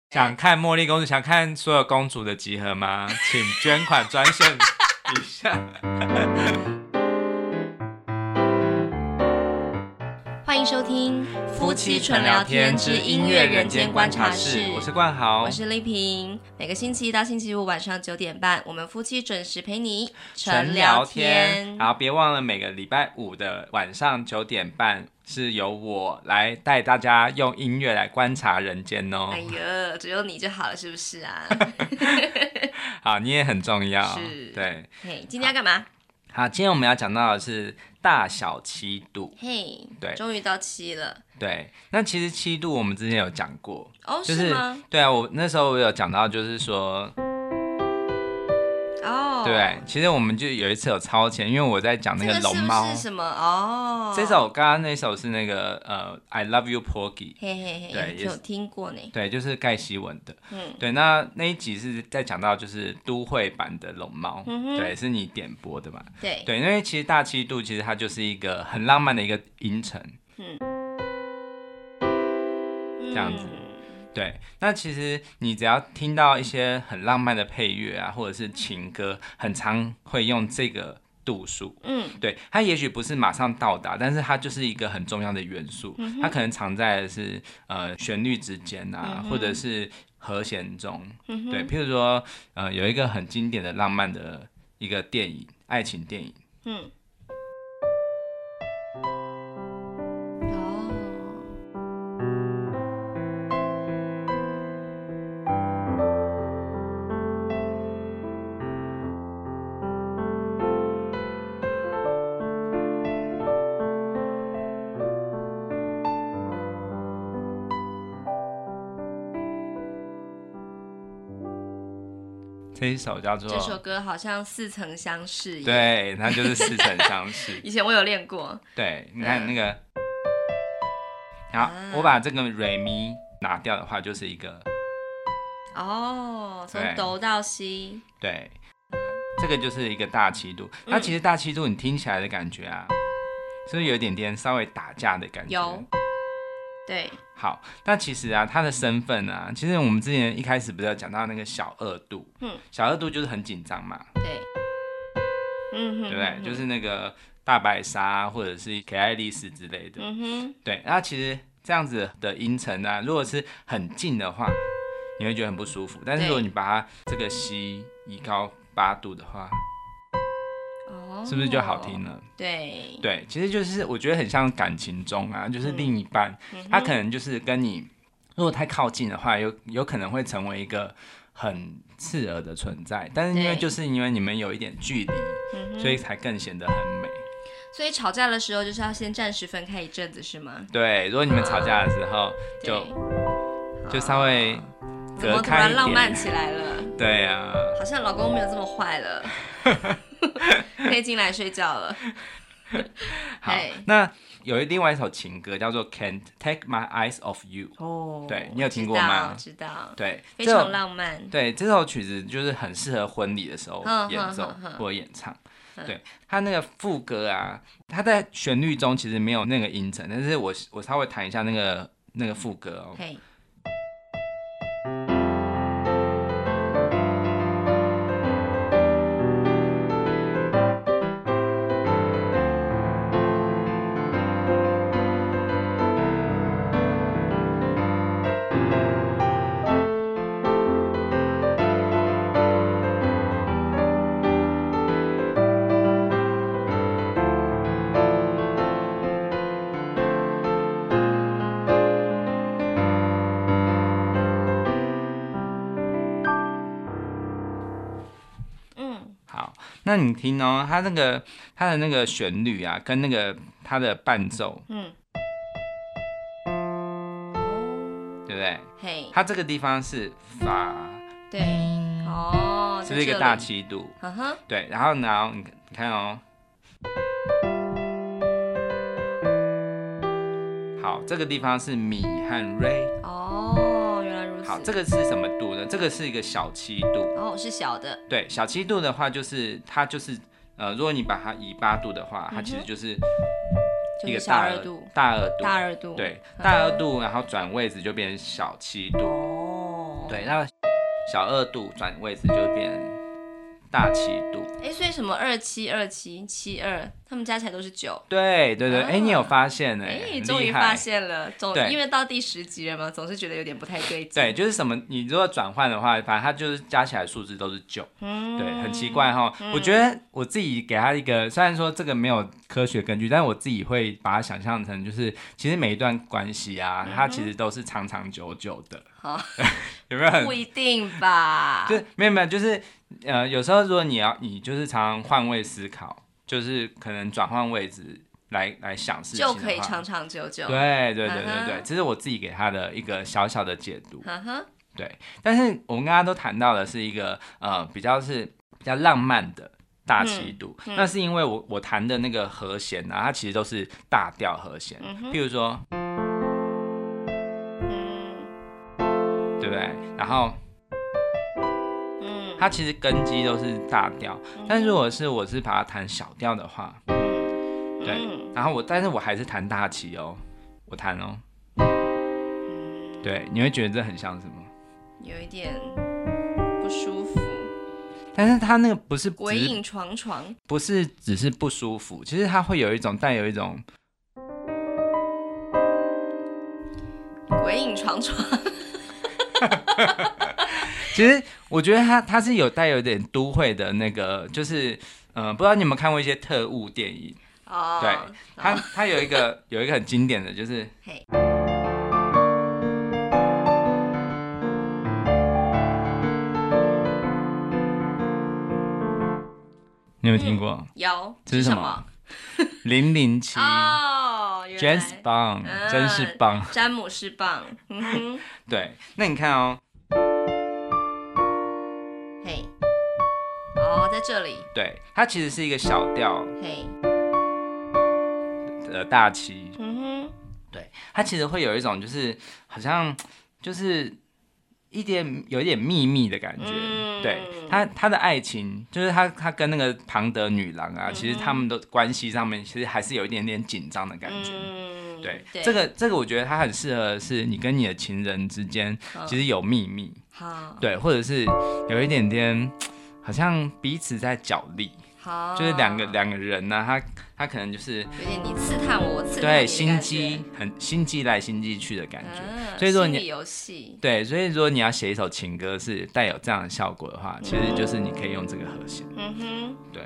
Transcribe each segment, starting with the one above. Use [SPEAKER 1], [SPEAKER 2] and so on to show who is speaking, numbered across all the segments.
[SPEAKER 1] 哎
[SPEAKER 2] 想看茉莉公主，想看所有公主的集合吗？ 请捐款专线一下。
[SPEAKER 1] 欢迎收听《
[SPEAKER 2] 我是冠豪
[SPEAKER 1] 我。是丽萍。每个星期一到星期五晚上九点半，我们夫妻准时陪你
[SPEAKER 2] 纯聊天，好，别忘了每个礼拜五的晚上九点半是由我来带大家用音乐来观察人间哦
[SPEAKER 1] 哎。呀，只有你就好了，是不是 啊？
[SPEAKER 2] 好，你也很重要
[SPEAKER 1] 是。
[SPEAKER 2] 对，
[SPEAKER 1] 嘿，今天要干嘛？
[SPEAKER 2] 好，今天我们要讲到的是大小七度。
[SPEAKER 1] 嘿，
[SPEAKER 2] 对
[SPEAKER 1] 终于到期了。
[SPEAKER 2] 对，那其实七度我们之前有讲过，
[SPEAKER 1] 哦，
[SPEAKER 2] 就是是
[SPEAKER 1] 吗？
[SPEAKER 2] 对啊，我那时候我有讲到，就是说
[SPEAKER 1] 哦，
[SPEAKER 2] 对，，其实我们就有一次有超前，因为我在讲那
[SPEAKER 1] 这
[SPEAKER 2] 个
[SPEAKER 1] 个
[SPEAKER 2] 龙
[SPEAKER 1] 是
[SPEAKER 2] 猫
[SPEAKER 1] 不，是什么？哦，
[SPEAKER 2] 这，首刚刚那首是那个呃，I Love You Porgy，
[SPEAKER 1] 嘿嘿
[SPEAKER 2] 对
[SPEAKER 1] 嘿，
[SPEAKER 2] 也是
[SPEAKER 1] 有听过呢。
[SPEAKER 2] 对，就是盖希文的，
[SPEAKER 1] 嗯，
[SPEAKER 2] 对，那那一集是在讲到就是都会版的龙猫，
[SPEAKER 1] 嗯哼
[SPEAKER 2] 对，是你点播的嘛？
[SPEAKER 1] 对，
[SPEAKER 2] 对，因为其实大七度其实它就是一个很浪漫的一个音程，
[SPEAKER 1] 这
[SPEAKER 2] 样子对，那其实你只要听到一些很浪漫的配乐啊，或者是情歌，很常会用这个度数。
[SPEAKER 1] 嗯，
[SPEAKER 2] 对，它也许不是马上到达，但是它就是一个很重要的元素。
[SPEAKER 1] 嗯
[SPEAKER 2] 它可能藏在的是呃旋律之间啊，或者是和弦中。
[SPEAKER 1] 嗯哼
[SPEAKER 2] 对，譬如说呃有一个很经典的浪漫的一个电影，爱情电影。
[SPEAKER 1] 嗯。哦，
[SPEAKER 2] 这一首叫做
[SPEAKER 1] 这首歌好像似曾相识耶。，
[SPEAKER 2] 啊对，它就是似曾相识。
[SPEAKER 1] 以前我有练过。
[SPEAKER 2] 对，你看那
[SPEAKER 1] 嗯
[SPEAKER 2] 个，好，我把这个瑞咪拿掉的话，就是一个
[SPEAKER 1] 哦，从
[SPEAKER 2] 对
[SPEAKER 1] 哆到西，
[SPEAKER 2] 对，这个就是一个大七度。那
[SPEAKER 1] 嗯
[SPEAKER 2] 其实大七度你听起来的感觉啊，是不是有一点点稍微打架的感觉？
[SPEAKER 1] 有。对，
[SPEAKER 2] 好，那其实啊，他的身份啊，其实我们之前一开始不是有讲到那个小二度，
[SPEAKER 1] 嗯，
[SPEAKER 2] 小二度就是很紧张嘛，
[SPEAKER 1] 对，嗯哼，
[SPEAKER 2] 对不对？
[SPEAKER 1] 嗯哼
[SPEAKER 2] 就是那个大白鲨或者是可爱丽丝之类的，
[SPEAKER 1] 嗯哼，
[SPEAKER 2] 对，那其实这样子的音程啊，如果是很近的话，你会觉得很不舒服。但是
[SPEAKER 1] 对
[SPEAKER 2] 如果你把它这个吸移高八度的话，
[SPEAKER 1] 哦，
[SPEAKER 2] 是不是就好听？了？
[SPEAKER 1] 对，
[SPEAKER 2] 对，其实就是我觉得很像感情中啊，就是另一半，
[SPEAKER 1] 嗯哼
[SPEAKER 2] 他可能就是跟你如果太靠近的话，有有可能会成为一个很刺耳的存在。但是因为
[SPEAKER 1] 对
[SPEAKER 2] 就是因为你们有一点距离，
[SPEAKER 1] 嗯哼
[SPEAKER 2] 所以才更显得很美。
[SPEAKER 1] 所以吵架的时候就是要先暂时分开一阵子，是吗？
[SPEAKER 2] 对，如果你们吵架的时候，就
[SPEAKER 1] 对，
[SPEAKER 2] 就稍微
[SPEAKER 1] 啊怎
[SPEAKER 2] 隔
[SPEAKER 1] 么突
[SPEAKER 2] 开
[SPEAKER 1] 然
[SPEAKER 2] 一
[SPEAKER 1] 浪
[SPEAKER 2] 点。
[SPEAKER 1] 漫起来了？
[SPEAKER 2] 对啊，
[SPEAKER 1] 好像老公没有这么坏 了，可以进来睡觉了。
[SPEAKER 2] 好
[SPEAKER 1] 嘿，
[SPEAKER 2] 那有另外一首情歌叫做《Can't Take My Eyes Off You》，
[SPEAKER 1] 哦
[SPEAKER 2] 对你有听过吗
[SPEAKER 1] 知道，知道
[SPEAKER 2] 对，
[SPEAKER 1] 非
[SPEAKER 2] 这
[SPEAKER 1] 常
[SPEAKER 2] 首
[SPEAKER 1] 浪漫。
[SPEAKER 2] 对这首曲子就是很适合婚礼的时候
[SPEAKER 1] 哼
[SPEAKER 2] 演
[SPEAKER 1] 哼
[SPEAKER 2] 奏
[SPEAKER 1] 哼哼
[SPEAKER 2] 或演唱。
[SPEAKER 1] 嗯
[SPEAKER 2] 对它那个副歌啊，它在旋律中其实没有那个音程，但是我我稍微弹一下那个那个副歌哦。
[SPEAKER 1] 嘿，嗯，
[SPEAKER 2] 好，那你听哦，它那个它的那个旋律啊，跟那个它的伴奏，
[SPEAKER 1] 嗯，
[SPEAKER 2] 对不对？
[SPEAKER 1] 哦嘿，
[SPEAKER 2] 它这个地方是发，
[SPEAKER 1] 对，哦，
[SPEAKER 2] 是不是一
[SPEAKER 1] 在
[SPEAKER 2] 个
[SPEAKER 1] 这
[SPEAKER 2] 大
[SPEAKER 1] 里？
[SPEAKER 2] 七度？
[SPEAKER 1] 嗯哼，
[SPEAKER 2] 对，然后然后你看你看哦，好，这个地方是米和瑞。
[SPEAKER 1] 哦，原来如此。
[SPEAKER 2] 好，这个是什么度呢？这个是一个小七度。
[SPEAKER 1] 哦是小的，
[SPEAKER 2] 对，小七度的话就是它就是呃，如果你把它以八度的话，它其实
[SPEAKER 1] 嗯哼
[SPEAKER 2] 就是
[SPEAKER 1] 就
[SPEAKER 2] 一
[SPEAKER 1] 是
[SPEAKER 2] 个
[SPEAKER 1] 小
[SPEAKER 2] 大
[SPEAKER 1] 二
[SPEAKER 2] 二
[SPEAKER 1] 度，
[SPEAKER 2] 大二度，
[SPEAKER 1] 大二度。嗯
[SPEAKER 2] 对，大二度，然后转位置就变成小七度。
[SPEAKER 1] 哦，
[SPEAKER 2] 对，那小二度转位置就变大七度。
[SPEAKER 1] 哎，所以什么二七二七七二，他们加起来都是九。
[SPEAKER 2] 对对对，哎、你有
[SPEAKER 1] 啊
[SPEAKER 2] 发现呢、
[SPEAKER 1] 哎，
[SPEAKER 2] 很
[SPEAKER 1] 终
[SPEAKER 2] 厉
[SPEAKER 1] 于
[SPEAKER 2] 害
[SPEAKER 1] 发现了，总
[SPEAKER 2] 对
[SPEAKER 1] 因为到第十集了嘛，总是觉得有点不太对劲。
[SPEAKER 2] 对，，就是什么，你如果转换的话，反正它就是加起来数字都是九、
[SPEAKER 1] 嗯
[SPEAKER 2] 对，很奇。怪哈、我觉得我自己给它一个，虽然说这个没有科学根据，但我自己会把它想象成，就是其实每一段关系啊，
[SPEAKER 1] 嗯
[SPEAKER 2] 它其实都是长长久久的。
[SPEAKER 1] 好
[SPEAKER 2] 有没有很
[SPEAKER 1] 不一定 吧？
[SPEAKER 2] 就没有没有，就是呃，有时候如果你要你就是常常换位思考，就是可能转换位置来来想事情
[SPEAKER 1] 就
[SPEAKER 2] 的
[SPEAKER 1] 可以
[SPEAKER 2] 话
[SPEAKER 1] 长长久久。，
[SPEAKER 2] 对对对对
[SPEAKER 1] 嗯
[SPEAKER 2] 对，
[SPEAKER 1] 哼
[SPEAKER 2] 这是我自己给他的一个小小的解读。
[SPEAKER 1] 哈哈，
[SPEAKER 2] 但是我们刚刚都谈到的是一个呃比较是比较浪漫的大七度，
[SPEAKER 1] 嗯
[SPEAKER 2] 那是因为我我弹的那个和弦啊，它其实都是大调和弦，
[SPEAKER 1] 嗯哼
[SPEAKER 2] 譬如说
[SPEAKER 1] 嗯
[SPEAKER 2] 对不对？然后
[SPEAKER 1] 嗯，
[SPEAKER 2] 它其实根基都是大调，但如果是我是把它弹小调的话，
[SPEAKER 1] 嗯
[SPEAKER 2] 对
[SPEAKER 1] 嗯
[SPEAKER 2] 然后我，但是我还是弹大旗哦，我弹哦。
[SPEAKER 1] 嗯
[SPEAKER 2] 对，你会觉得这很像什么？
[SPEAKER 1] 有一点不舒服，
[SPEAKER 2] 但是它那个不是
[SPEAKER 1] 鬼
[SPEAKER 2] 只是
[SPEAKER 1] 影幢幢。
[SPEAKER 2] 不是只是不舒服，其实它会有一种带有一种
[SPEAKER 1] 鬼影幢幢，
[SPEAKER 2] 其实我觉得它它是有带有点都会的那个，就是嗯、呃不知道你有没有看过一些特务电影？
[SPEAKER 1] 哦，
[SPEAKER 2] 对
[SPEAKER 1] 哦，
[SPEAKER 2] 它它有一个 有一个很经典的就是
[SPEAKER 1] 嘿，
[SPEAKER 2] 你有没有听过
[SPEAKER 1] 有
[SPEAKER 2] 这是什么？零零七
[SPEAKER 1] 嗯哦，原来
[SPEAKER 2] James Bond，、
[SPEAKER 1] 嗯
[SPEAKER 2] 真是棒。
[SPEAKER 1] 詹姆士棒，嗯哼，
[SPEAKER 2] 对，那你看哦，
[SPEAKER 1] 嘿，哦，在这里，
[SPEAKER 2] 对，它其实是一个小调
[SPEAKER 1] 嘿，
[SPEAKER 2] 的大旗，
[SPEAKER 1] 嗯
[SPEAKER 2] 它其实会有一种就是好像就是一点有一点秘密的感觉。
[SPEAKER 1] 嗯
[SPEAKER 2] 对他他的爱情，就是他他跟那个庞德女郎
[SPEAKER 1] 嗯
[SPEAKER 2] 啊，其实他们的关系上面其实还是有一点点紧张的
[SPEAKER 1] 哼，
[SPEAKER 2] 感觉。
[SPEAKER 1] 嗯，
[SPEAKER 2] 对，这个这个我觉得它很适合是你跟你的情人之间
[SPEAKER 1] 嗯
[SPEAKER 2] 其实有秘密，
[SPEAKER 1] 好，
[SPEAKER 2] 对，或者是有一点点好像彼此在角力，
[SPEAKER 1] 好，
[SPEAKER 2] 就是两
[SPEAKER 1] 啊
[SPEAKER 2] 个两个人呢、他他可能就是
[SPEAKER 1] 有点你刺探我，我刺探你
[SPEAKER 2] 对
[SPEAKER 1] 的
[SPEAKER 2] 心
[SPEAKER 1] 感
[SPEAKER 2] 机
[SPEAKER 1] 觉
[SPEAKER 2] 很心机来心机去的感觉。
[SPEAKER 1] 嗯
[SPEAKER 2] 所以说
[SPEAKER 1] 心
[SPEAKER 2] 你
[SPEAKER 1] 理游戏，
[SPEAKER 2] 对，所以如果你要写一首情歌是带有这样的效果的话，其实就是你可以用这个和弦。
[SPEAKER 1] 嗯哼，
[SPEAKER 2] 对，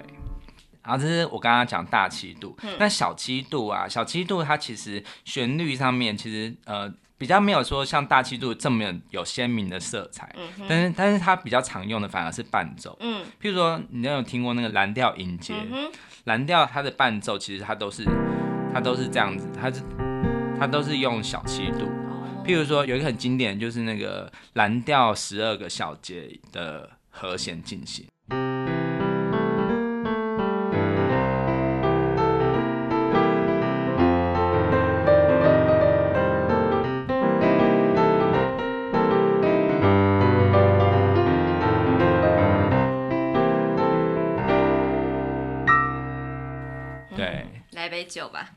[SPEAKER 2] 然后这是我刚刚讲大七度，
[SPEAKER 1] 嗯
[SPEAKER 2] 那小七度啊，小七度它其实旋律上面其实呃比较没有说像大七度这么有鲜明的色彩，但是但是它比较常用的反而是伴奏，
[SPEAKER 1] 嗯
[SPEAKER 2] 譬如说你有听过那个蓝调音阶，
[SPEAKER 1] 嗯哼，
[SPEAKER 2] 蓝调它的伴奏其实它都是它都是这样子，它是它都是用小七度。
[SPEAKER 1] 哦
[SPEAKER 2] 譬如说，有一个很经典，就是那个蓝调十二个小节的和弦进行。对，
[SPEAKER 1] 哦嗯来杯酒吧，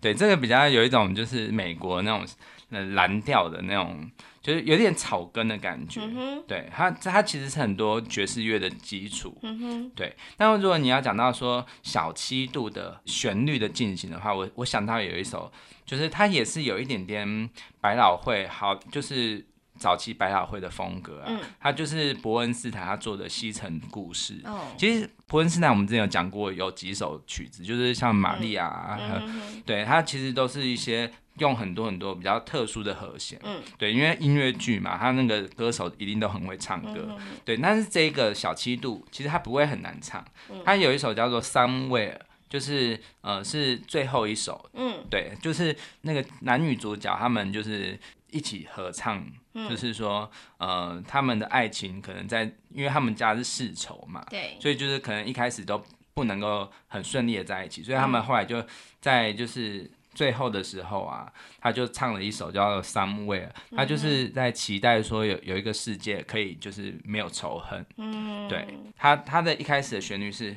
[SPEAKER 2] 对，这个比较有一种就是美国那种呃蓝调的那种，就是有点草根的感觉。
[SPEAKER 1] 嗯哼，
[SPEAKER 2] 对它，它其实是很多爵士乐的基础。
[SPEAKER 1] 嗯哼，
[SPEAKER 2] 对，但如果你要讲到说小七度的旋律的进行的话，我我想到有一首，就是它也是有一点点百老汇好，就是早期百老汇的风格啊。
[SPEAKER 1] 嗯
[SPEAKER 2] 它就是伯恩斯坦他做的《西城故事》
[SPEAKER 1] 哦，
[SPEAKER 2] 其实伯恩斯坦我们之前有讲过，有几首曲子，就是像《玛利亚》啊，还有
[SPEAKER 1] 嗯哼，
[SPEAKER 2] 对，它其实都是一些用很多很多比较特殊的和弦。
[SPEAKER 1] 嗯，
[SPEAKER 2] 对，因为音乐剧嘛，它那个歌手一定都很会
[SPEAKER 1] 嗯
[SPEAKER 2] 唱歌。对，但是这个小七度其实它不会很难唱，
[SPEAKER 1] 嗯
[SPEAKER 2] 它有一首叫做《Somewhere》。就是呃是最后一首，
[SPEAKER 1] 嗯，
[SPEAKER 2] 对，就是那个男女主角他们就是一起合唱，就是说呃他们的爱情可能在，因为他们家是世仇嘛，
[SPEAKER 1] 对，
[SPEAKER 2] 所以就是可能一开始都不能够很顺利的在一起，所以他们后来就在就是最后的时候啊，他就唱了一首叫做《Somewhere》，他就是在期待说有有一个世界可以就是没有仇恨。
[SPEAKER 1] 嗯，
[SPEAKER 2] 对他他的一开始的旋律是，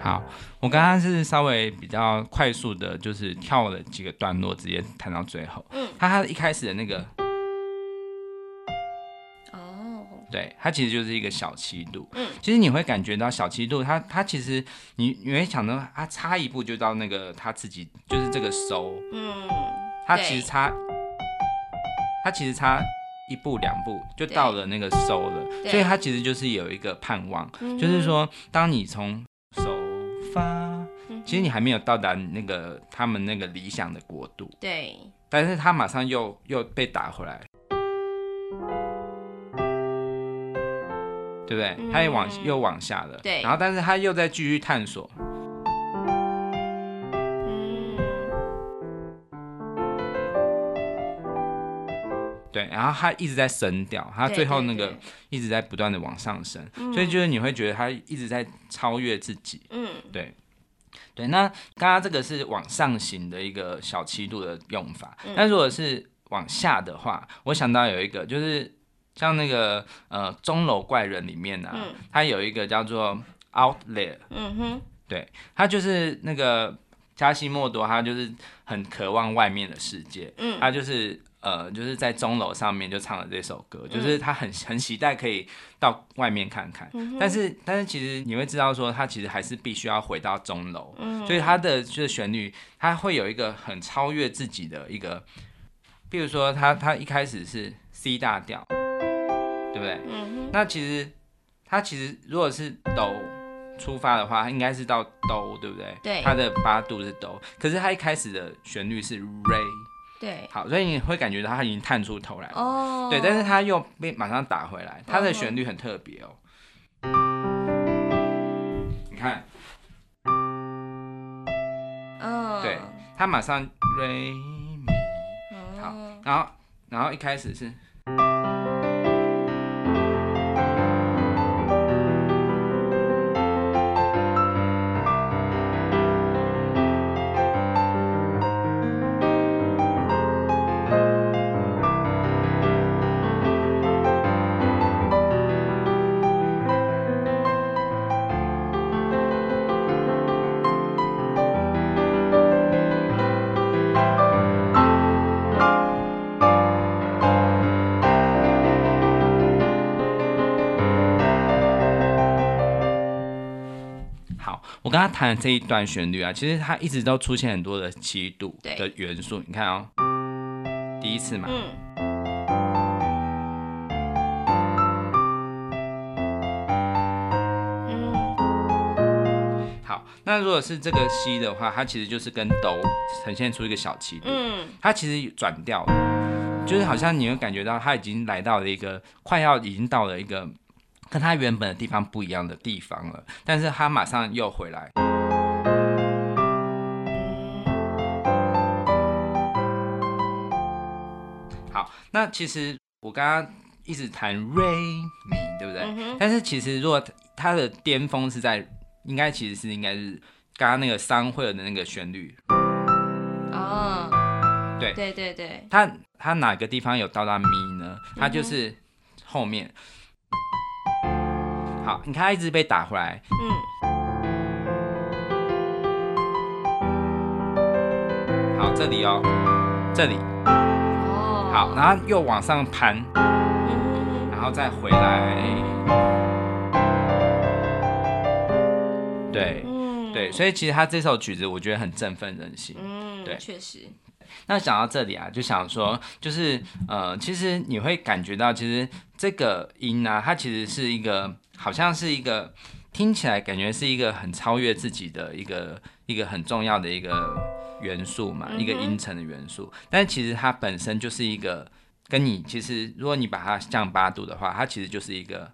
[SPEAKER 2] 好，我刚刚是稍微比较快速的，就是跳了几个段落，直接弹到最后。
[SPEAKER 1] 嗯，
[SPEAKER 2] 它它一开始的那个，
[SPEAKER 1] 哦，
[SPEAKER 2] 对，它其实就是一个小七度。
[SPEAKER 1] 嗯，
[SPEAKER 2] 其实你会感觉到小七度，它它其实你你会想到，它差一步就到那个它自己就是这个收，
[SPEAKER 1] 嗯，
[SPEAKER 2] 它
[SPEAKER 1] 对
[SPEAKER 2] 其实差，它其实差一步两步就
[SPEAKER 1] 对
[SPEAKER 2] 到了那个收了，
[SPEAKER 1] 对
[SPEAKER 2] 所以它其实就是有一个盼望，
[SPEAKER 1] 嗯
[SPEAKER 2] 就是说，当你从首发，
[SPEAKER 1] 嗯
[SPEAKER 2] 其实你还没有到达那个他们那个理想的国度，
[SPEAKER 1] 对，
[SPEAKER 2] 但是他马上又又被打回来，对不对？他也往
[SPEAKER 1] 嗯
[SPEAKER 2] 又往下了，
[SPEAKER 1] 对
[SPEAKER 2] 然后但是他又在继续探索，
[SPEAKER 1] 嗯，
[SPEAKER 2] 对，然后他一直在升调，他
[SPEAKER 1] 对
[SPEAKER 2] 最后
[SPEAKER 1] 对
[SPEAKER 2] 那个
[SPEAKER 1] 对
[SPEAKER 2] 一直在不断的往上升，所以就是你会觉得他一直在超越自己。
[SPEAKER 1] 嗯，
[SPEAKER 2] 对，对。那刚刚这个是往上行的一个小七度的用法，
[SPEAKER 1] 嗯
[SPEAKER 2] 那、如果是往下的话，我想到有一个就是像那个呃钟楼怪人里面呢、啊，
[SPEAKER 1] 嗯
[SPEAKER 2] 它有一个叫做 out there，
[SPEAKER 1] 嗯哼，
[SPEAKER 2] 它就是那个加西莫多，他就是很渴望外面的世界，
[SPEAKER 1] 嗯
[SPEAKER 2] 他就是。呃，就是在钟楼上面就唱了这首歌，
[SPEAKER 1] 嗯
[SPEAKER 2] 就是他很很期待可以到外面看看，但是但是其实你会知道说，他其实还是必须要回到钟楼，
[SPEAKER 1] 嗯，
[SPEAKER 2] 所以它的就是旋律，它会有一个很超越自己的一个，比如说它它一开始是 C 大调，对不对？
[SPEAKER 1] 嗯哼，
[SPEAKER 2] 那其实它其实如果是哆出发的话，它应该是到哆，对不对？
[SPEAKER 1] 对
[SPEAKER 2] 它的八度是哆，可是它一开始的旋律是 re，
[SPEAKER 1] 对，
[SPEAKER 2] 好，所以你会感觉到它已经探出头来了，
[SPEAKER 1] 哦，
[SPEAKER 2] 对，但是它又被马上打回来，它的旋律很特别哦。你看，
[SPEAKER 1] 嗯，
[SPEAKER 2] 对它马上 re 咪。
[SPEAKER 1] 嗯，
[SPEAKER 2] 好然后然后一开始是，好，我跟他弹的这一段旋律啊，其实它一直都出现很多的七度
[SPEAKER 1] 对
[SPEAKER 2] 的元素，你看哦，第一次嘛，
[SPEAKER 1] 嗯，嗯，
[SPEAKER 2] 好，那如果是这个西的话，它其实就是跟哆呈现出一个小七度，
[SPEAKER 1] 嗯，
[SPEAKER 2] 它其实转调了，就是好像你会感觉到它已经来到了一个快要已经到了一个跟它原本的地方不一样的地方了，但是它马上又回来，
[SPEAKER 1] 嗯
[SPEAKER 2] 好，那其实我刚刚一直弹 re 咪，对不对？
[SPEAKER 1] 嗯哼
[SPEAKER 2] 但是其实如果它的巅峰是在，应该其实是应该是刚刚那个商会的那个旋律，
[SPEAKER 1] 哦，
[SPEAKER 2] 哎对
[SPEAKER 1] 对对对，
[SPEAKER 2] 它它哪个地方有到达咪呢？它就
[SPEAKER 1] 嗯哼
[SPEAKER 2] 是后面。好，你看它一直被打回来，
[SPEAKER 1] 嗯，
[SPEAKER 2] 好这里哦，这里
[SPEAKER 1] 哦，
[SPEAKER 2] 好，，然后又往上攀，
[SPEAKER 1] 嗯，
[SPEAKER 2] 然后再回来，对。
[SPEAKER 1] 嗯，
[SPEAKER 2] 对，所以其实他这首曲子我觉得很振奋人心。
[SPEAKER 1] 嗯，
[SPEAKER 2] 对
[SPEAKER 1] 确实，
[SPEAKER 2] 那讲到这里啊，就想说，就是呃，其实你会感觉到，其实这个音啊，它其实是一个，好像是一个听起来感觉是一个很超越自己的一个一个很重要的一个元素嘛，
[SPEAKER 1] 嗯哼
[SPEAKER 2] 一个音程的元素。但其实它本身就是一个跟你其实，如果你把它降八度的话，它其实就是一个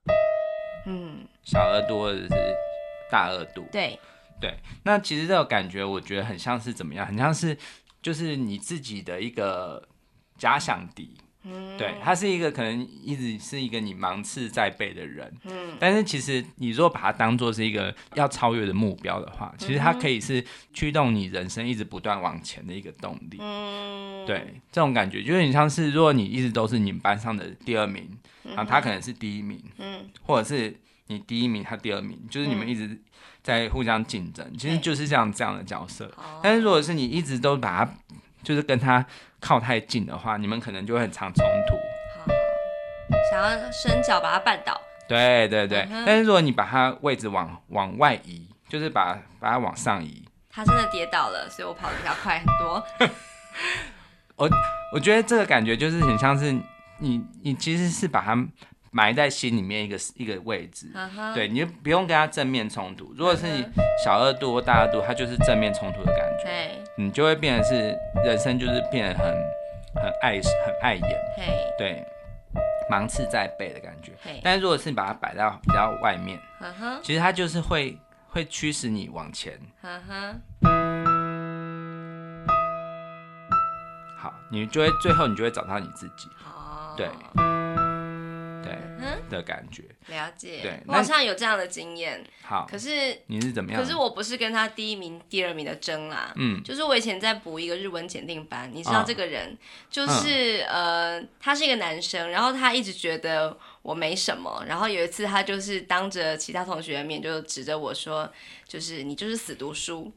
[SPEAKER 1] 嗯，
[SPEAKER 2] 小二度或者是大二度。
[SPEAKER 1] 对，
[SPEAKER 2] 那其实这个感觉，我觉得很像是怎么样？很像是就是你自己的一个假想敌，
[SPEAKER 1] 嗯，
[SPEAKER 2] 对，，他是一个可能一直是一个你芒刺在背的人，
[SPEAKER 1] 嗯，
[SPEAKER 2] 但是其实你如果把它当做是一个要超越的目标的话，其实
[SPEAKER 1] 嗯
[SPEAKER 2] 它可以是驱动你人生一直不断往前的一个动力。
[SPEAKER 1] 嗯，
[SPEAKER 2] 对，这种感觉就有点像是，如果你一直都是你们班上的第二名，然后他可能是第一名，
[SPEAKER 1] 嗯，
[SPEAKER 2] 或者是你第一名，他第二名，就是你们一直在互相竞争，其实就是这样这样的角色。
[SPEAKER 1] 哦
[SPEAKER 2] 但是如果是你一直都把他，就是跟他靠太近的话，你们可能就会很常冲突。
[SPEAKER 1] 好，想要伸脚把它绊倒，
[SPEAKER 2] 对对对，
[SPEAKER 1] 嗯哼
[SPEAKER 2] 但是如果你把它位置往往外移，就是把把它往上移，
[SPEAKER 1] 他真的跌倒了，所以我跑得比较快很多。
[SPEAKER 2] 我觉得这个感觉就是很像是你你其实是把它埋在心里面一个一个位置，
[SPEAKER 1] 嗯哼，
[SPEAKER 2] 对，你就不用跟他正面冲突。如果是你
[SPEAKER 1] 嗯
[SPEAKER 2] 小二度或大二度，它就是正面冲突的感觉，
[SPEAKER 1] 对，
[SPEAKER 2] 你就会变得是人生就是变得很很碍很碍眼，
[SPEAKER 1] 嘿，
[SPEAKER 2] 对，芒刺在背的感觉。
[SPEAKER 1] 嘿，
[SPEAKER 2] 但是如果是把它摆到比较外面，
[SPEAKER 1] 嗯哼，
[SPEAKER 2] 其实它就是会会驱使你往前。
[SPEAKER 1] 嗯哼，
[SPEAKER 2] 好，你就会最后你就会找到你自己
[SPEAKER 1] 好，
[SPEAKER 2] 对对
[SPEAKER 1] 嗯哼，
[SPEAKER 2] 的感觉。
[SPEAKER 1] 了解。
[SPEAKER 2] 对
[SPEAKER 1] 我
[SPEAKER 2] 那
[SPEAKER 1] 好像有这样的经验，
[SPEAKER 2] 好，
[SPEAKER 1] 可是
[SPEAKER 2] 你是怎么样？
[SPEAKER 1] 可是我不是跟他第一名、第二名的争啦。
[SPEAKER 2] 嗯
[SPEAKER 1] 就是我以前在补一个日文检定班，你知道
[SPEAKER 2] 啊嗯
[SPEAKER 1] 这个人，就是、呃，他是一个男生，然后他一直觉得我没什么，然后有一次他就是当着其他同学的面就指着我说，就是你就是死读书，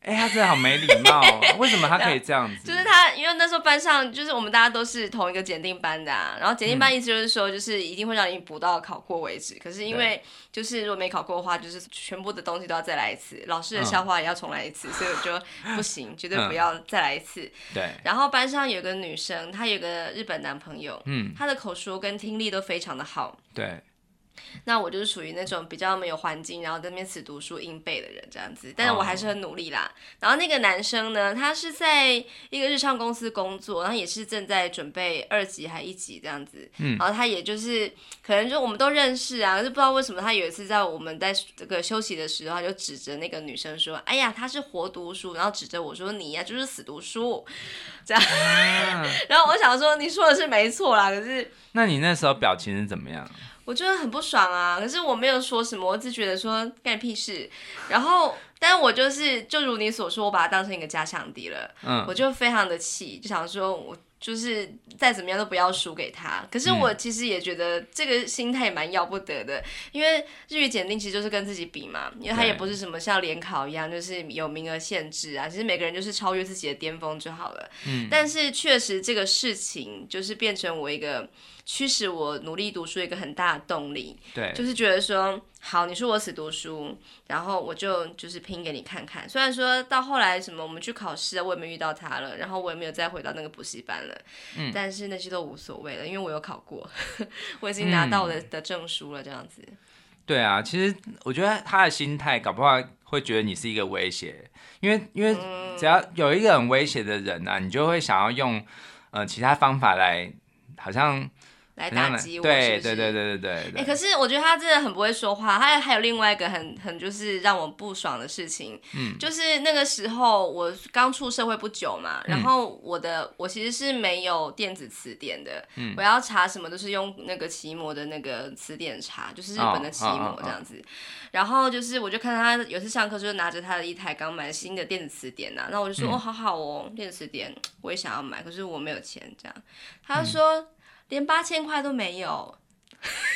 [SPEAKER 2] 哎、他真的好没礼貌、 哦，为什么他可以这样子？
[SPEAKER 1] 啊就是他，因为那时候班上就是我们大家都是同一个检定班的、啊，然后检
[SPEAKER 2] 嗯
[SPEAKER 1] 定班意思就是说，就是一定会让你补到考过为止。可是因为就是如果没考过的话，就是全部的东西都要再来一次，老师的
[SPEAKER 2] 嗯
[SPEAKER 1] 笑话也要重来一次，所以我就不行，绝对不要再来一次。
[SPEAKER 2] 对，
[SPEAKER 1] 然后班上有个女生，她有个日本男朋友，
[SPEAKER 2] 嗯
[SPEAKER 1] 她的口说跟听力都非常的好。
[SPEAKER 2] 对，
[SPEAKER 1] 那我就是属于那种比较没有环境，然后在那边死读书硬背的人这样子，但是我还是
[SPEAKER 2] 哦
[SPEAKER 1] 很努力啦。然后那个男生呢，他是在一个日商公司工作，然后也是正在准备二级还一级这样子，
[SPEAKER 2] 嗯
[SPEAKER 1] 然后他也就是可能就我们都认识啊，可是不知道为什么他有一次在我们在这个休息的时候，他就指着那个女生说：“哎呀，他是活读书。”然后指着我说：“你呀、就是死读书。”这样，
[SPEAKER 2] 啊
[SPEAKER 1] 然后我想说你说的是没错啦，可是。
[SPEAKER 2] 那你那时候表情是怎么样？
[SPEAKER 1] 我觉得很不爽啊，可是我没有说什么，我只觉得说干你屁事。然后，但我就是就如你所说，我把它当成一个假想敌了，
[SPEAKER 2] 嗯
[SPEAKER 1] 我就非常的气，就想说我就是再怎么样都不要输给他。可是
[SPEAKER 2] 嗯
[SPEAKER 1] 我其实也觉得这个心态蛮要不得的，因为日语检定其实就是跟自己比嘛，因为它
[SPEAKER 2] 对
[SPEAKER 1] 也不是什么像联考一样，就是有名额限制啊，其实每个人就是超越自己的巅峰就好了。
[SPEAKER 2] 嗯，
[SPEAKER 1] 但是确实这个事情就是变成我一个驱使我努力读书一个很大的动力，
[SPEAKER 2] 对
[SPEAKER 1] 就是觉得说，好，你说我死读书，然后我就就是拼给你看看。虽然说到后来什么我们去考试啊，我也没遇到他了，然后我也没有再回到那个补习班了，
[SPEAKER 2] 嗯
[SPEAKER 1] 但是那些都无所谓了，因为我有考过， 我已
[SPEAKER 2] 嗯
[SPEAKER 1] 经拿到我的、的证书了，这样子。
[SPEAKER 2] 对啊。其实我觉得他的心态搞不好会觉得你是一个威胁，因为因为
[SPEAKER 1] 嗯
[SPEAKER 2] 只要有一个很威胁的人啊，你就会想要用呃其他方法来，好像
[SPEAKER 1] 来
[SPEAKER 2] 很
[SPEAKER 1] 打
[SPEAKER 2] 像
[SPEAKER 1] 击我，是
[SPEAKER 2] 对
[SPEAKER 1] 不是
[SPEAKER 2] 对对对对对
[SPEAKER 1] 哎、
[SPEAKER 2] 对。
[SPEAKER 1] 可是我觉得他真的很不会说话。他还有另外一个很很就是让我不爽的事情，
[SPEAKER 2] 嗯
[SPEAKER 1] 就是那个时候我刚出社会不久嘛，然
[SPEAKER 2] 嗯
[SPEAKER 1] 后我的、我其实是没有电子词典的，
[SPEAKER 2] 嗯
[SPEAKER 1] 我要查什么都是用那个奇摩的那个词典查，就是日本的
[SPEAKER 2] 哦
[SPEAKER 1] 奇摩
[SPEAKER 2] 哦哦
[SPEAKER 1] 这样子。然后就是我就看他有次上课就是拿着他的一台刚买的新的电子词典呐、啊，那我就
[SPEAKER 2] 嗯
[SPEAKER 1] 说、哦好好哦，电子词典我也想要买，可是我没有钱这样。他
[SPEAKER 2] 嗯
[SPEAKER 1] 就说、连八千块都没有。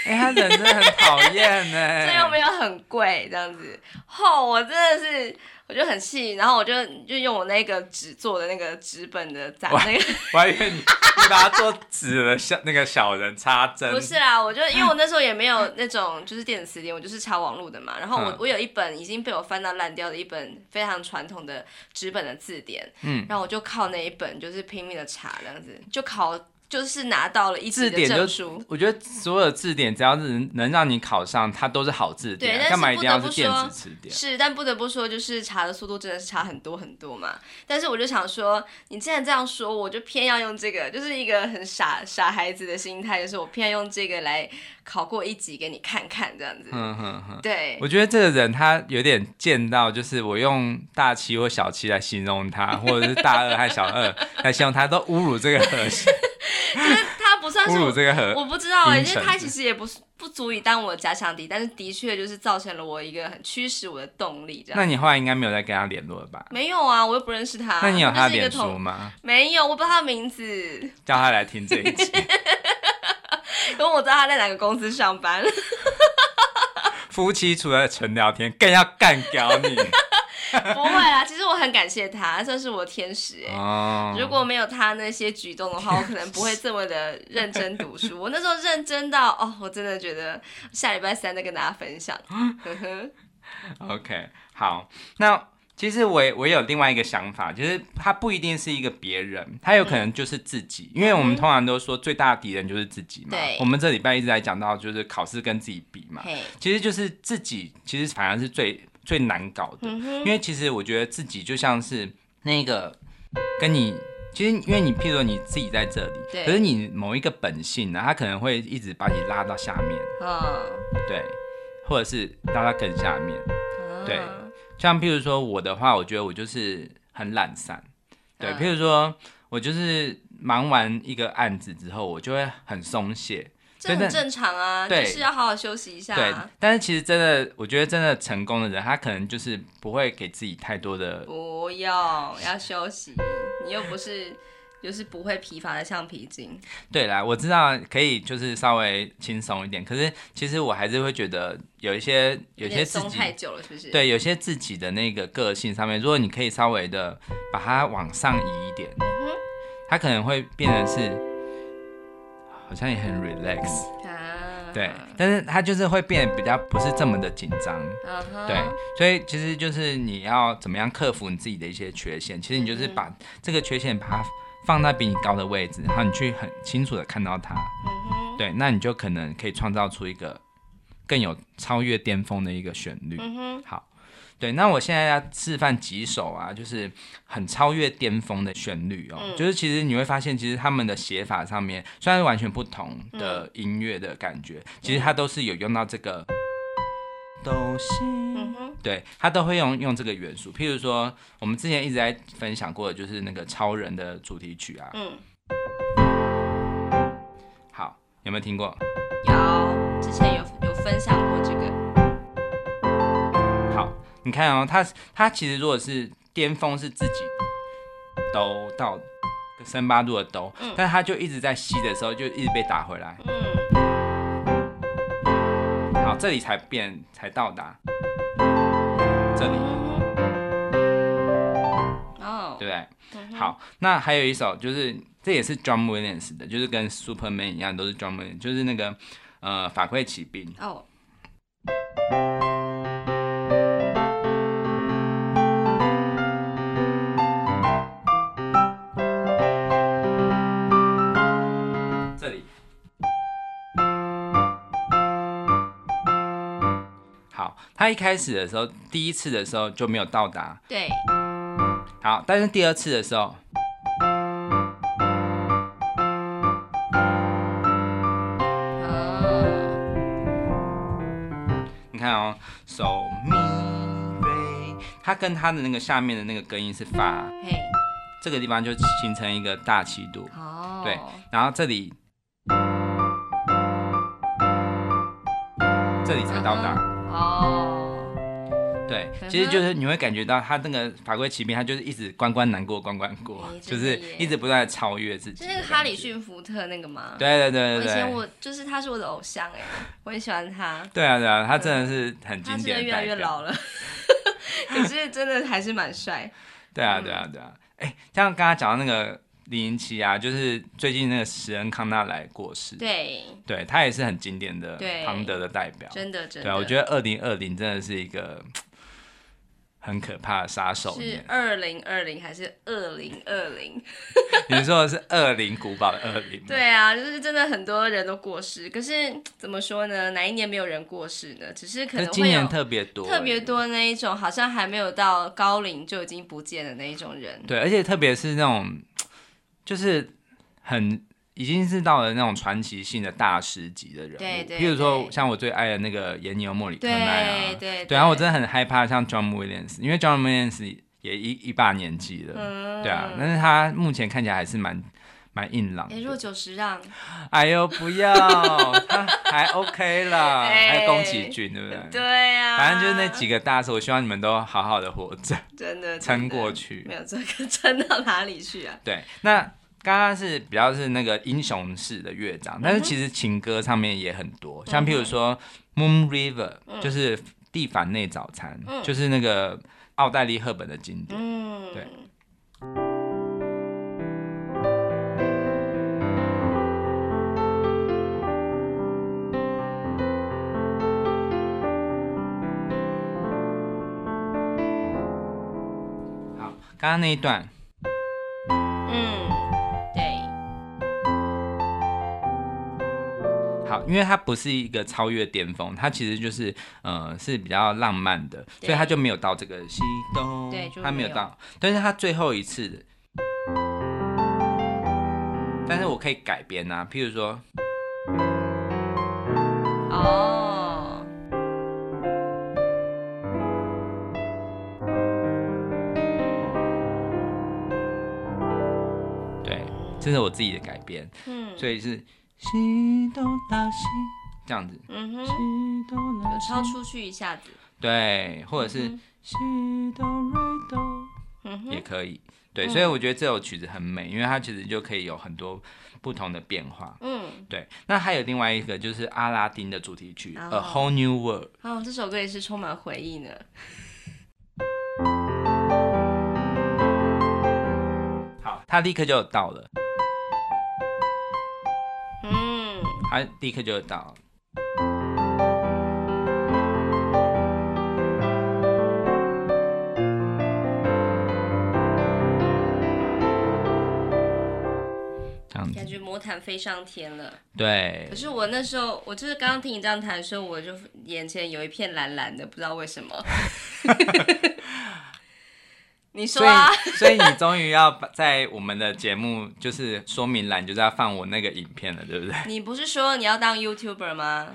[SPEAKER 2] 哎、他人真的很讨厌
[SPEAKER 1] 这又
[SPEAKER 2] 呢。
[SPEAKER 1] 没有很贵，这样子。吼、我真的是，我就很气，然后我就就用我那个纸做的那个纸本的展
[SPEAKER 2] 哇
[SPEAKER 1] 那 个，
[SPEAKER 2] 我还以为你你把他做纸了，像那个小人插针。
[SPEAKER 1] 不是啦，我就因为我那时候也没有那种就是电子词典，我就是查网络的嘛。然后我、
[SPEAKER 2] 嗯
[SPEAKER 1] 我有一本已经被我翻到烂掉的一本非常传统的纸本的字典，
[SPEAKER 2] 嗯
[SPEAKER 1] 然后我就靠那一本就是拼命的查，这样子就考就是拿到了一级
[SPEAKER 2] 字
[SPEAKER 1] 的
[SPEAKER 2] 典就
[SPEAKER 1] 证书。
[SPEAKER 2] 我觉得所有字典只要是能能让你考上，它都是好字典
[SPEAKER 1] 对但
[SPEAKER 2] 啊，
[SPEAKER 1] 是
[SPEAKER 2] 干嘛一定要
[SPEAKER 1] 不
[SPEAKER 2] 是
[SPEAKER 1] 得不
[SPEAKER 2] 电
[SPEAKER 1] 说
[SPEAKER 2] 子词典？
[SPEAKER 1] 是，但不得不说，就是查的速度真的是差很多很多嘛。但是我就想说，你既然这样说，我就偏要用这个，就是一个很傻傻孩子的心态，就是我偏要用这个来考过一级给你看看，这样子。
[SPEAKER 2] 嗯哼哼，
[SPEAKER 1] 对，
[SPEAKER 2] 我觉得这个人他有点贱到，就是我用大七或小七来形容 他，或者是大二和小二来形容他，都侮辱这个和谐，
[SPEAKER 1] 他不算是
[SPEAKER 2] 侮辱
[SPEAKER 1] 我，
[SPEAKER 2] 这个和。
[SPEAKER 1] 我不知道哎、
[SPEAKER 2] 阴
[SPEAKER 1] 因为
[SPEAKER 2] 沉
[SPEAKER 1] 他
[SPEAKER 2] 是
[SPEAKER 1] 其实也不是不足以当我的假想敌，但是的确就是造成了我一个很驱使我的动力，这
[SPEAKER 2] 那
[SPEAKER 1] 样。
[SPEAKER 2] 你后来应该没有再跟他联络了吧？
[SPEAKER 1] 没有啊，我又不认识他。
[SPEAKER 2] 那你有他
[SPEAKER 1] 就
[SPEAKER 2] 的
[SPEAKER 1] 是一个
[SPEAKER 2] 脸书
[SPEAKER 1] 同
[SPEAKER 2] 吗？
[SPEAKER 1] 没有，我不知道他的名字，因
[SPEAKER 2] 叫他来听这一集。
[SPEAKER 1] 为我知道他在哪个公司上班。
[SPEAKER 2] 夫妻除了纯聊天，更要干掉 你
[SPEAKER 1] 不会啦，其实我很感谢他，他算是我天使哎、
[SPEAKER 2] 哦。
[SPEAKER 1] 如果没有他那些举动 的话，我可能不会这么的认真读书。我那时候认真到哦，我真的觉得下礼拜三再跟大家分 享。呵呵
[SPEAKER 2] OK，好，那其实我也我也有另外一个想法，就是他不一定是一个别人，他有可
[SPEAKER 1] 嗯
[SPEAKER 2] 能就是自己，因为我们通常都说最大的敌人就是自己嘛。
[SPEAKER 1] 对
[SPEAKER 2] 我们这礼拜一直在讲到就是考试跟自己比嘛，
[SPEAKER 1] 嘿，
[SPEAKER 2] 其实就是自己其实反而是最最难搞的，
[SPEAKER 1] 嗯哼，
[SPEAKER 2] 因为其实我觉得自己就像是那个跟你。其实，因为你，譬如说你自己在这里，
[SPEAKER 1] 对
[SPEAKER 2] 可是你某一个本性呢、他可能会一直把你拉到下面，
[SPEAKER 1] 嗯，
[SPEAKER 2] 对，或者是拉到更下面，
[SPEAKER 1] 啊
[SPEAKER 2] 对像譬如说我的话，我觉得我就是很懒散，对，
[SPEAKER 1] 嗯
[SPEAKER 2] 譬如说我就是忙完一个案子之后，我就会很松懈，
[SPEAKER 1] 这很
[SPEAKER 2] 但
[SPEAKER 1] 正常啊，就
[SPEAKER 2] 对
[SPEAKER 1] 是要好好休息一下
[SPEAKER 2] 对
[SPEAKER 1] 啊。。
[SPEAKER 2] 但是其实真的，我觉得真的成功的人，他可能就是不会给自己太多的，
[SPEAKER 1] 不要，要休息。你又不是， 就是不会疲乏的橡皮筋。
[SPEAKER 2] 对啦，我知道可以就是稍微轻松一点，可是其实我还是会觉得有一些有
[SPEAKER 1] 点
[SPEAKER 2] 些自
[SPEAKER 1] 松
[SPEAKER 2] 己。
[SPEAKER 1] 太久了，是不是？，
[SPEAKER 2] 对，有些自己的那个个性上面，如果你可以稍微的把它往上移一点，
[SPEAKER 1] 嗯
[SPEAKER 2] 它可能会变成是，好像也很 relax，
[SPEAKER 1] 啊，
[SPEAKER 2] 对，但是它就是会变得比较不是这么的紧张，
[SPEAKER 1] 嗯哼，
[SPEAKER 2] 对，所以其实就是你要怎么样克服你自己的一些缺陷，其实你就是
[SPEAKER 1] 嗯哼
[SPEAKER 2] 把这个缺陷把它放在比你高的位置，然后你去很清楚的看到它，
[SPEAKER 1] 嗯哼，
[SPEAKER 2] 对，那你就可能可以创造出一个更有超越巅峰的一个旋律。
[SPEAKER 1] 嗯哼，
[SPEAKER 2] 好，对，那我现在要示范几首啊，就是很超越巅峰的旋律哦，
[SPEAKER 1] 嗯
[SPEAKER 2] 就是其实你会发现，其实他们的写法上面虽然是完全不同的
[SPEAKER 1] 嗯
[SPEAKER 2] 音乐的感觉，其实它都是有用到这个哆西。
[SPEAKER 1] 嗯哼，
[SPEAKER 2] 对，它都会用用这个元素，譬如说我们之前一直在分享过的，就是那个超人的主题曲啊。
[SPEAKER 1] 嗯，
[SPEAKER 2] 好，有没有听过？
[SPEAKER 1] 有，之前有有分享过这个，
[SPEAKER 2] 好，你看哦，它它其实如果是巅峰是自己抖到三八度的抖，
[SPEAKER 1] 嗯
[SPEAKER 2] 但是它就一直在吸的时候就一直被打回来，
[SPEAKER 1] 嗯，
[SPEAKER 2] 好，这里才变才到达这里，
[SPEAKER 1] 嗯哼哦，
[SPEAKER 2] 对不对？
[SPEAKER 1] 嗯哼，
[SPEAKER 2] 好，那还有一首就是这也是 John Williams 的，就是跟 Superman 一样都是 John Williams，就是那个呃法会骑兵，
[SPEAKER 1] 哦，
[SPEAKER 2] 这里。好，他一开始的时候，第一次的时候就没有到达，
[SPEAKER 1] 对，
[SPEAKER 2] 好，但是第二次的时候，
[SPEAKER 1] 嗯，
[SPEAKER 2] 你看哦，手咪瑞，它跟它的那个下面的那个根音是发，
[SPEAKER 1] 嘿，
[SPEAKER 2] 这个地方就形成一个大七度，
[SPEAKER 1] 哦，
[SPEAKER 2] 对，然后这里，这里才到达。
[SPEAKER 1] 哦，
[SPEAKER 2] 对
[SPEAKER 1] 嗯，哼
[SPEAKER 2] 其实就是你会感觉到他那个法规骑兵，他就是一直关关难过关关过
[SPEAKER 1] 哎，
[SPEAKER 2] 就
[SPEAKER 1] 真的
[SPEAKER 2] 是
[SPEAKER 1] 耶
[SPEAKER 2] 一直不断的超越自己。
[SPEAKER 1] 是那个哈里，逊福特那个吗？
[SPEAKER 2] 对对对
[SPEAKER 1] 我以
[SPEAKER 2] 对
[SPEAKER 1] 前
[SPEAKER 2] 对，
[SPEAKER 1] 我就是他是我的偶像哎、我很喜欢他。
[SPEAKER 2] 对啊对啊，他真的是很
[SPEAKER 1] 他
[SPEAKER 2] 经
[SPEAKER 1] 真
[SPEAKER 2] 典
[SPEAKER 1] 的
[SPEAKER 2] 的
[SPEAKER 1] 越来越
[SPEAKER 2] 代表
[SPEAKER 1] 老 了，可是真的还是蛮帅。
[SPEAKER 2] 对啊，对啊，
[SPEAKER 1] 嗯
[SPEAKER 2] 对啊。哎、像刚刚讲到那个零零七啊，就是最近那个史恩康纳莱过世，
[SPEAKER 1] 对，
[SPEAKER 2] 对他也是很经典的
[SPEAKER 1] 对
[SPEAKER 2] 庞德的代表。
[SPEAKER 1] 真的真
[SPEAKER 2] 对
[SPEAKER 1] 的。
[SPEAKER 2] 啊，我觉得二零二零真的是一个很可怕的杀手
[SPEAKER 1] 是
[SPEAKER 2] 年。
[SPEAKER 1] 二零二零还是二零二零？
[SPEAKER 2] 你说的是二零古堡的二零？，
[SPEAKER 1] 对啊，就是真的很多人都过世。可是怎么说呢？哪一年没有人过世呢？只是可
[SPEAKER 2] 可是
[SPEAKER 1] 能
[SPEAKER 2] 今
[SPEAKER 1] 会有
[SPEAKER 2] 年特别多，
[SPEAKER 1] 特别。多那一种，好像还没有到高龄就已经不见的那一种人。
[SPEAKER 2] 对，而且特别是那种，就是很已经是到了那种传奇性的大师级的人物，
[SPEAKER 1] 对对
[SPEAKER 2] 譬如说
[SPEAKER 1] 对
[SPEAKER 2] 像我最爱的那个岩牛莫里克
[SPEAKER 1] 对
[SPEAKER 2] 奈啊，
[SPEAKER 1] 对对
[SPEAKER 2] 对，然后我真的很害怕像 John Williams，因为 John Williams 也一一把年纪了，
[SPEAKER 1] 嗯
[SPEAKER 2] 对啊，但是他目前看起来还是蛮蛮硬朗
[SPEAKER 1] 哎，若
[SPEAKER 2] 的。
[SPEAKER 1] 九十让，
[SPEAKER 2] 哎呦，不要，他还 OK 啦，
[SPEAKER 1] 哎
[SPEAKER 2] 还有宫崎骏，对不对？
[SPEAKER 1] 对啊，
[SPEAKER 2] 反正就是那几个大师，我希望你们都好好的活着，
[SPEAKER 1] 真的
[SPEAKER 2] 撑过
[SPEAKER 1] 去，
[SPEAKER 2] 去
[SPEAKER 1] 没。有这个撑到哪里去啊？
[SPEAKER 2] 对，那刚刚是比较是那个英雄式的乐章，
[SPEAKER 1] 嗯
[SPEAKER 2] 但是其实情歌上面也很多，像譬如说 Moon River，、就是
[SPEAKER 1] 嗯
[SPEAKER 2] 蒂凡内早餐，就是那个奥黛丽赫本的经典。
[SPEAKER 1] 嗯，
[SPEAKER 2] 对好，刚刚那一段，
[SPEAKER 1] 嗯，对，
[SPEAKER 2] 好，因为它不是一个超越巅峰，它其实就是呃是比较浪漫的，
[SPEAKER 1] 对
[SPEAKER 2] 所以它就没有到这个西东，
[SPEAKER 1] 对就
[SPEAKER 2] 它没有
[SPEAKER 1] 没有
[SPEAKER 2] 到，但是它最后一次，但是我可以改编啊，譬如说，
[SPEAKER 1] 哦，
[SPEAKER 2] 对，这是我自己的改编，
[SPEAKER 1] 嗯，
[SPEAKER 2] 所以是西东到西这样子，
[SPEAKER 1] 嗯哼，
[SPEAKER 2] 西东到
[SPEAKER 1] 有
[SPEAKER 2] 西，
[SPEAKER 1] 超出去一下子，
[SPEAKER 2] 对，或者是
[SPEAKER 1] 嗯
[SPEAKER 2] 西东瑞东。
[SPEAKER 1] 嗯
[SPEAKER 2] 也
[SPEAKER 1] 哼，
[SPEAKER 2] 可以。对，所以我觉得这首曲子很美，因为它其实就可以有很多不同的变化。
[SPEAKER 1] 嗯，
[SPEAKER 2] 对，那还有另外一个就是阿拉丁的主题曲《
[SPEAKER 1] 哦
[SPEAKER 2] A Whole New World》。
[SPEAKER 1] 哦，这首歌也是充满回忆呢，
[SPEAKER 2] 好，它立刻就有到了，
[SPEAKER 1] 嗯，
[SPEAKER 2] 它啊立刻就有到了。这样
[SPEAKER 1] 感
[SPEAKER 2] 子，
[SPEAKER 1] 觉魔毯飞上天了。
[SPEAKER 2] 对
[SPEAKER 1] 可，是我那时候，我就是刚刚听你这样弹的时候，我就眼前有一片蓝蓝的，不知道为什么。 你说
[SPEAKER 2] 所以
[SPEAKER 1] 啊，，
[SPEAKER 2] 所以你终于要把在我们的节目就是说明栏，就是要放我那个影片了，对 不对？
[SPEAKER 1] 你不是说你要当 YouTuber 吗？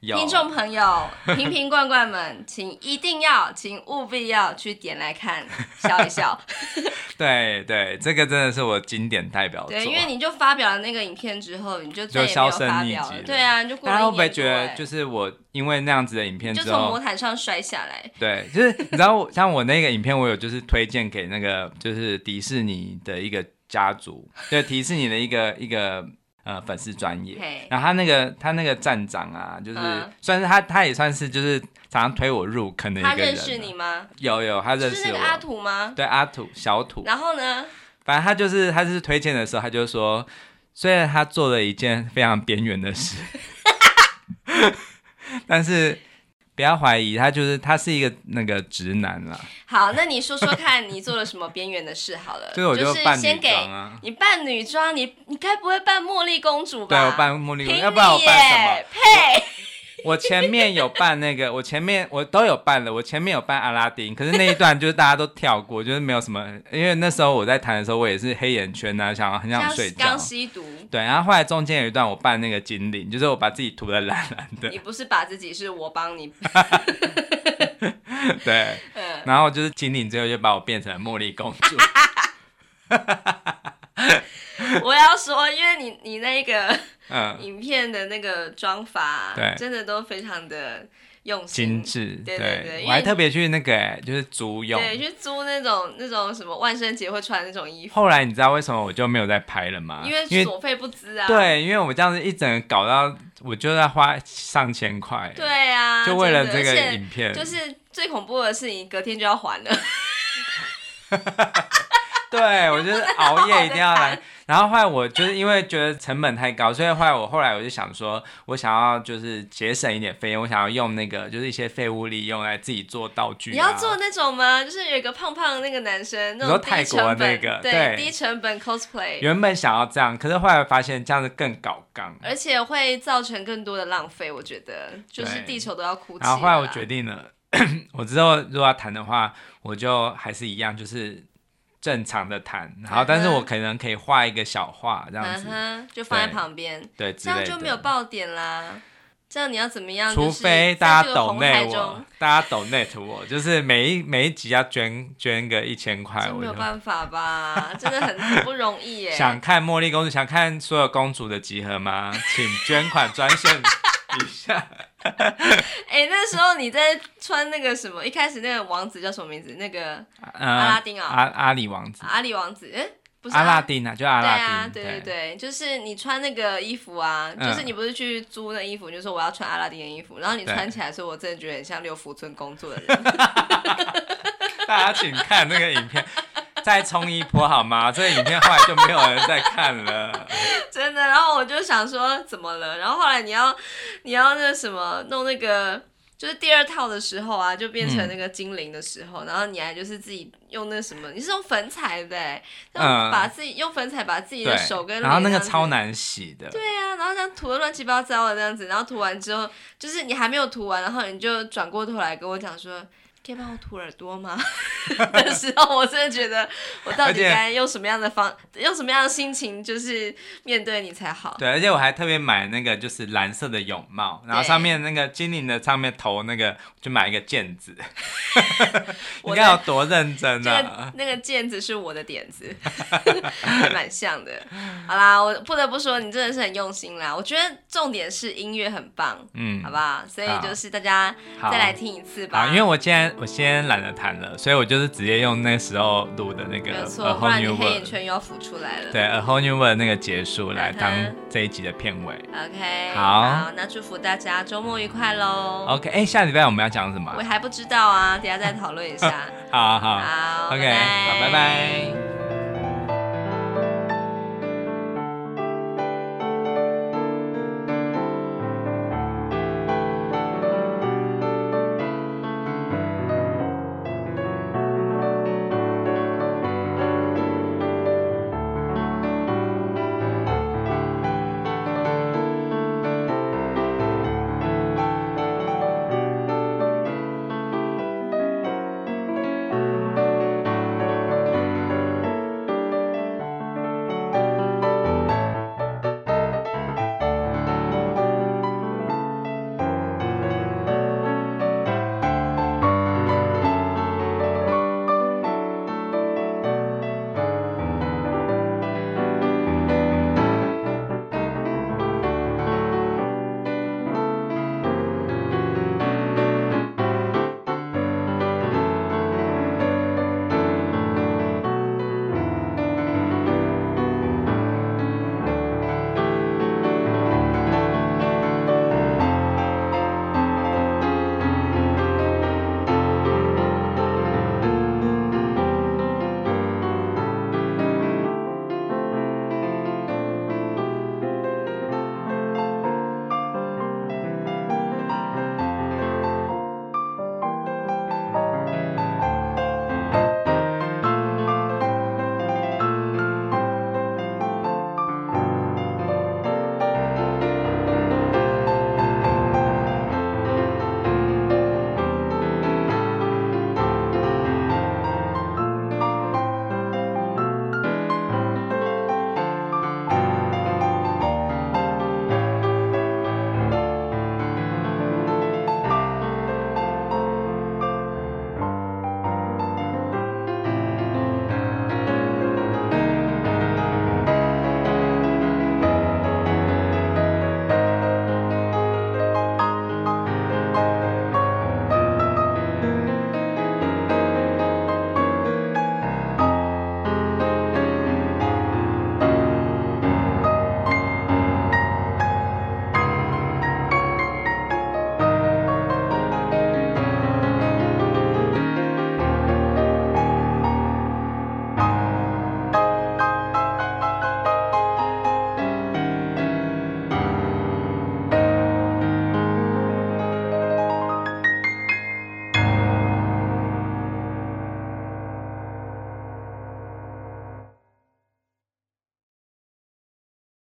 [SPEAKER 2] 有
[SPEAKER 1] 听众朋友， 瓶瓶罐罐们，请一定要，请务必要去点来看，笑一笑。
[SPEAKER 2] 对对，这个真的是 我经典代表作。
[SPEAKER 1] 对，因为你就发表了那个影片之后，你就再
[SPEAKER 2] 就
[SPEAKER 1] 也没有
[SPEAKER 2] 销声
[SPEAKER 1] 发
[SPEAKER 2] 匿
[SPEAKER 1] 表
[SPEAKER 2] 迹
[SPEAKER 1] 了。
[SPEAKER 2] 了
[SPEAKER 1] 对啊，你就过
[SPEAKER 2] 大
[SPEAKER 1] 了
[SPEAKER 2] 家
[SPEAKER 1] 一年
[SPEAKER 2] 会不会
[SPEAKER 1] 多
[SPEAKER 2] 觉得
[SPEAKER 1] 哎
[SPEAKER 2] 就是我因为那样子的影片
[SPEAKER 1] 就
[SPEAKER 2] 之
[SPEAKER 1] 从魔
[SPEAKER 2] 后，
[SPEAKER 1] 毯上摔下来？
[SPEAKER 2] 对，就是你知道我像我那个影片，我有就是推荐给那个就是迪士尼的一个家族，就迪士尼的一个一个呃粉丝专业。
[SPEAKER 1] 嘿，
[SPEAKER 2] 然后他那个他那个站长啊，就是、
[SPEAKER 1] 嗯
[SPEAKER 2] 算是他他也算是就是常常推我入坑的一个
[SPEAKER 1] 他
[SPEAKER 2] 人啊、
[SPEAKER 1] 认识你吗？
[SPEAKER 2] 有有，他认
[SPEAKER 1] 就
[SPEAKER 2] 识
[SPEAKER 1] 是
[SPEAKER 2] 我。
[SPEAKER 1] 那个阿土吗？
[SPEAKER 2] 对阿土小土，
[SPEAKER 1] 然后呢？
[SPEAKER 2] 反正他就是他就是推荐的时候，他就说，虽然他做了一件非常边缘的事， 但是不要怀疑，他就是他是一个那个直男啦，
[SPEAKER 1] 好，那你 说说看你做了什么边缘的事好了。
[SPEAKER 2] 所以我
[SPEAKER 1] 就
[SPEAKER 2] 扮
[SPEAKER 1] 是
[SPEAKER 2] 女
[SPEAKER 1] 先给
[SPEAKER 2] 装啊，
[SPEAKER 1] 你扮女装，你你该不会扮茉莉公主吧？
[SPEAKER 2] 对我扮茉莉公主，
[SPEAKER 1] 凭你耶，
[SPEAKER 2] 要不然我扮什么？
[SPEAKER 1] 呸！
[SPEAKER 2] 我前面有扮那个，我 前面我都有扮了，我前面有扮阿拉丁，可是那一段就是大家都跳过， 就是没有什么，因为那时候我在弹的时候，我也是黑眼圈啊，想要很想睡
[SPEAKER 1] 像
[SPEAKER 2] 觉
[SPEAKER 1] 刚。吸毒，
[SPEAKER 2] 对，然后后来中间有一段我扮那个精灵，就是我把自己涂的蓝蓝的，
[SPEAKER 1] 你不是把自己是我帮你，
[SPEAKER 2] 对，
[SPEAKER 1] 嗯
[SPEAKER 2] 然后就是精灵之后就把我变成茉莉公 主，
[SPEAKER 1] 我要说，因为你你那 个
[SPEAKER 2] 嗯，
[SPEAKER 1] 影片的那个妆法，
[SPEAKER 2] 对
[SPEAKER 1] 真的都非常的用
[SPEAKER 2] 精
[SPEAKER 1] 心。
[SPEAKER 2] 致，
[SPEAKER 1] 嗯对对对因为
[SPEAKER 2] 我还特别去那个、欸，就是足泳。
[SPEAKER 1] 对，去租那种那种什么万圣节会穿的那种衣服，
[SPEAKER 2] 后来你知道为什么我就没有再拍了吗？
[SPEAKER 1] 因
[SPEAKER 2] 啊因
[SPEAKER 1] 为
[SPEAKER 2] 为
[SPEAKER 1] 所费不赀啊。
[SPEAKER 2] 对，因为我这样子一整个搞到，我就要花上千块，
[SPEAKER 1] 对啊，
[SPEAKER 2] 就为了
[SPEAKER 1] 真的
[SPEAKER 2] 这个
[SPEAKER 1] 而且
[SPEAKER 2] 影片，啊
[SPEAKER 1] 就是最恐怖的是，你隔天就要还了。
[SPEAKER 2] 对，我就是熬夜一定要
[SPEAKER 1] 好好地
[SPEAKER 2] 来。然后后来我就是因为觉得成本太高，所以后来我后来我就想说，我想要就是节省一点费用，我想要用那个就是一些废物利用来自己做道具、啊。
[SPEAKER 1] 你要做那种吗？就是有一个胖胖的那个男生，那
[SPEAKER 2] 说
[SPEAKER 1] 种低
[SPEAKER 2] 泰国
[SPEAKER 1] 成本，
[SPEAKER 2] 那个
[SPEAKER 1] 对
[SPEAKER 2] 对
[SPEAKER 1] 低成本 cosplay，
[SPEAKER 2] 原本想要这样，可是后来发现这样子更搞纲。
[SPEAKER 1] 而且会造成更多的浪费。我觉得，就是
[SPEAKER 2] 对
[SPEAKER 1] 地球都要哭泣了啦。
[SPEAKER 2] 然后后来我决定了，我之后如果要谈的话，我就还是一样，就是正常的谈。然后，但是我可能可以画一个小画这样
[SPEAKER 1] 嗯
[SPEAKER 2] 子，
[SPEAKER 1] 哼，就放在
[SPEAKER 2] 对
[SPEAKER 1] 旁边，
[SPEAKER 2] 对，
[SPEAKER 1] 这
[SPEAKER 2] 之类
[SPEAKER 1] 样
[SPEAKER 2] 的。
[SPEAKER 1] 就没有爆点啦。这样你要怎么样？
[SPEAKER 2] 除
[SPEAKER 1] 就是
[SPEAKER 2] 非
[SPEAKER 1] 在
[SPEAKER 2] 大
[SPEAKER 1] 这
[SPEAKER 2] 家
[SPEAKER 1] 个
[SPEAKER 2] 抖
[SPEAKER 1] 红海
[SPEAKER 2] 内
[SPEAKER 1] 中
[SPEAKER 2] 我，，大家抖内图我，就是每一每一集要捐捐个一千块，
[SPEAKER 1] 这
[SPEAKER 2] 我
[SPEAKER 1] 没有
[SPEAKER 2] 就
[SPEAKER 1] 办法吧？真的很很不容 易耶。
[SPEAKER 2] 想看茉莉公主，想看所有公主的集合吗？请捐款专 线一下。
[SPEAKER 1] 哎、那时候你在穿那个什么？一开始那个王子叫什么名字？那个
[SPEAKER 2] 呃、
[SPEAKER 1] 阿拉丁啊
[SPEAKER 2] 阿阿里王子，
[SPEAKER 1] 阿里王子，哎、不是
[SPEAKER 2] 阿拉
[SPEAKER 1] 啊
[SPEAKER 2] 丁啊，就阿
[SPEAKER 1] 对
[SPEAKER 2] 拉丁，
[SPEAKER 1] 啊，对对对，就是你穿那个衣服啊，
[SPEAKER 2] 嗯
[SPEAKER 1] 就是你不是去租那衣服，你就说我要穿阿拉丁的衣服，然后你
[SPEAKER 2] 对
[SPEAKER 1] 穿起来的时候，我真的觉得很像六福村工作的人。
[SPEAKER 2] 大家请看那个影片， 再冲一波好吗？这个影片后来就没有人再看 了。
[SPEAKER 1] 真的。然后我就想说怎么了？然后后来你要你要那个什么弄那个，就是第二套的时候啊，就变成那个精灵的时候，然后你还就是自己用那什么，你是用粉彩对不对？
[SPEAKER 2] 嗯
[SPEAKER 1] 用把自己、用粉彩把自己
[SPEAKER 2] 对
[SPEAKER 1] 的手跟，
[SPEAKER 2] 然后那个
[SPEAKER 1] 脸这样子
[SPEAKER 2] 超。难洗的，
[SPEAKER 1] 对啊，然后这样涂的乱七八糟的这样子，然后涂完之后，就是你还没有涂完，然后你就转过头来跟我讲说。可以帮我涂耳朵吗？ 的时候，我真的觉得我到
[SPEAKER 2] 而
[SPEAKER 1] 底
[SPEAKER 2] 且
[SPEAKER 1] 该用什么样的方，用什么样的心情，就是面对你才好。
[SPEAKER 2] 对，而且我还特别买那个就是蓝色的泳帽，然后
[SPEAKER 1] 啊对
[SPEAKER 2] 上面那个精灵的上面头那个就买一个毽子，你
[SPEAKER 1] 我
[SPEAKER 2] 看有
[SPEAKER 1] 的
[SPEAKER 2] 多认真
[SPEAKER 1] 这个
[SPEAKER 2] 啊！
[SPEAKER 1] 那个毽子是我的点子， 还蛮像的。好啦，我不得不说，你真的是很用心啦。我觉得重点是音乐很棒，
[SPEAKER 2] 嗯
[SPEAKER 1] 好，不好？所以
[SPEAKER 2] 好
[SPEAKER 1] 就是大家
[SPEAKER 2] 好
[SPEAKER 1] 再来听一次吧。
[SPEAKER 2] 好，因为我今天我先懒得弹了，所以我就是直接用那时候录的那个呃
[SPEAKER 1] 没有
[SPEAKER 2] A
[SPEAKER 1] 错，不
[SPEAKER 2] Whole
[SPEAKER 1] 然你
[SPEAKER 2] New
[SPEAKER 1] 黑眼
[SPEAKER 2] World，
[SPEAKER 1] 圈又要浮出来 了。
[SPEAKER 2] 对 A Whole New World 那个结束来当
[SPEAKER 1] 嗯哼
[SPEAKER 2] 这一集的片尾。
[SPEAKER 1] ，OK，
[SPEAKER 2] 好
[SPEAKER 1] 那祝福大家周末愉快喽。
[SPEAKER 2] OK，哎、下礼拜我们要讲什么啊
[SPEAKER 1] 我？还不知道啊，等一下再讨论一下。
[SPEAKER 2] 好好
[SPEAKER 1] 好
[SPEAKER 2] ，OK，
[SPEAKER 1] 拜拜
[SPEAKER 2] 好，拜拜。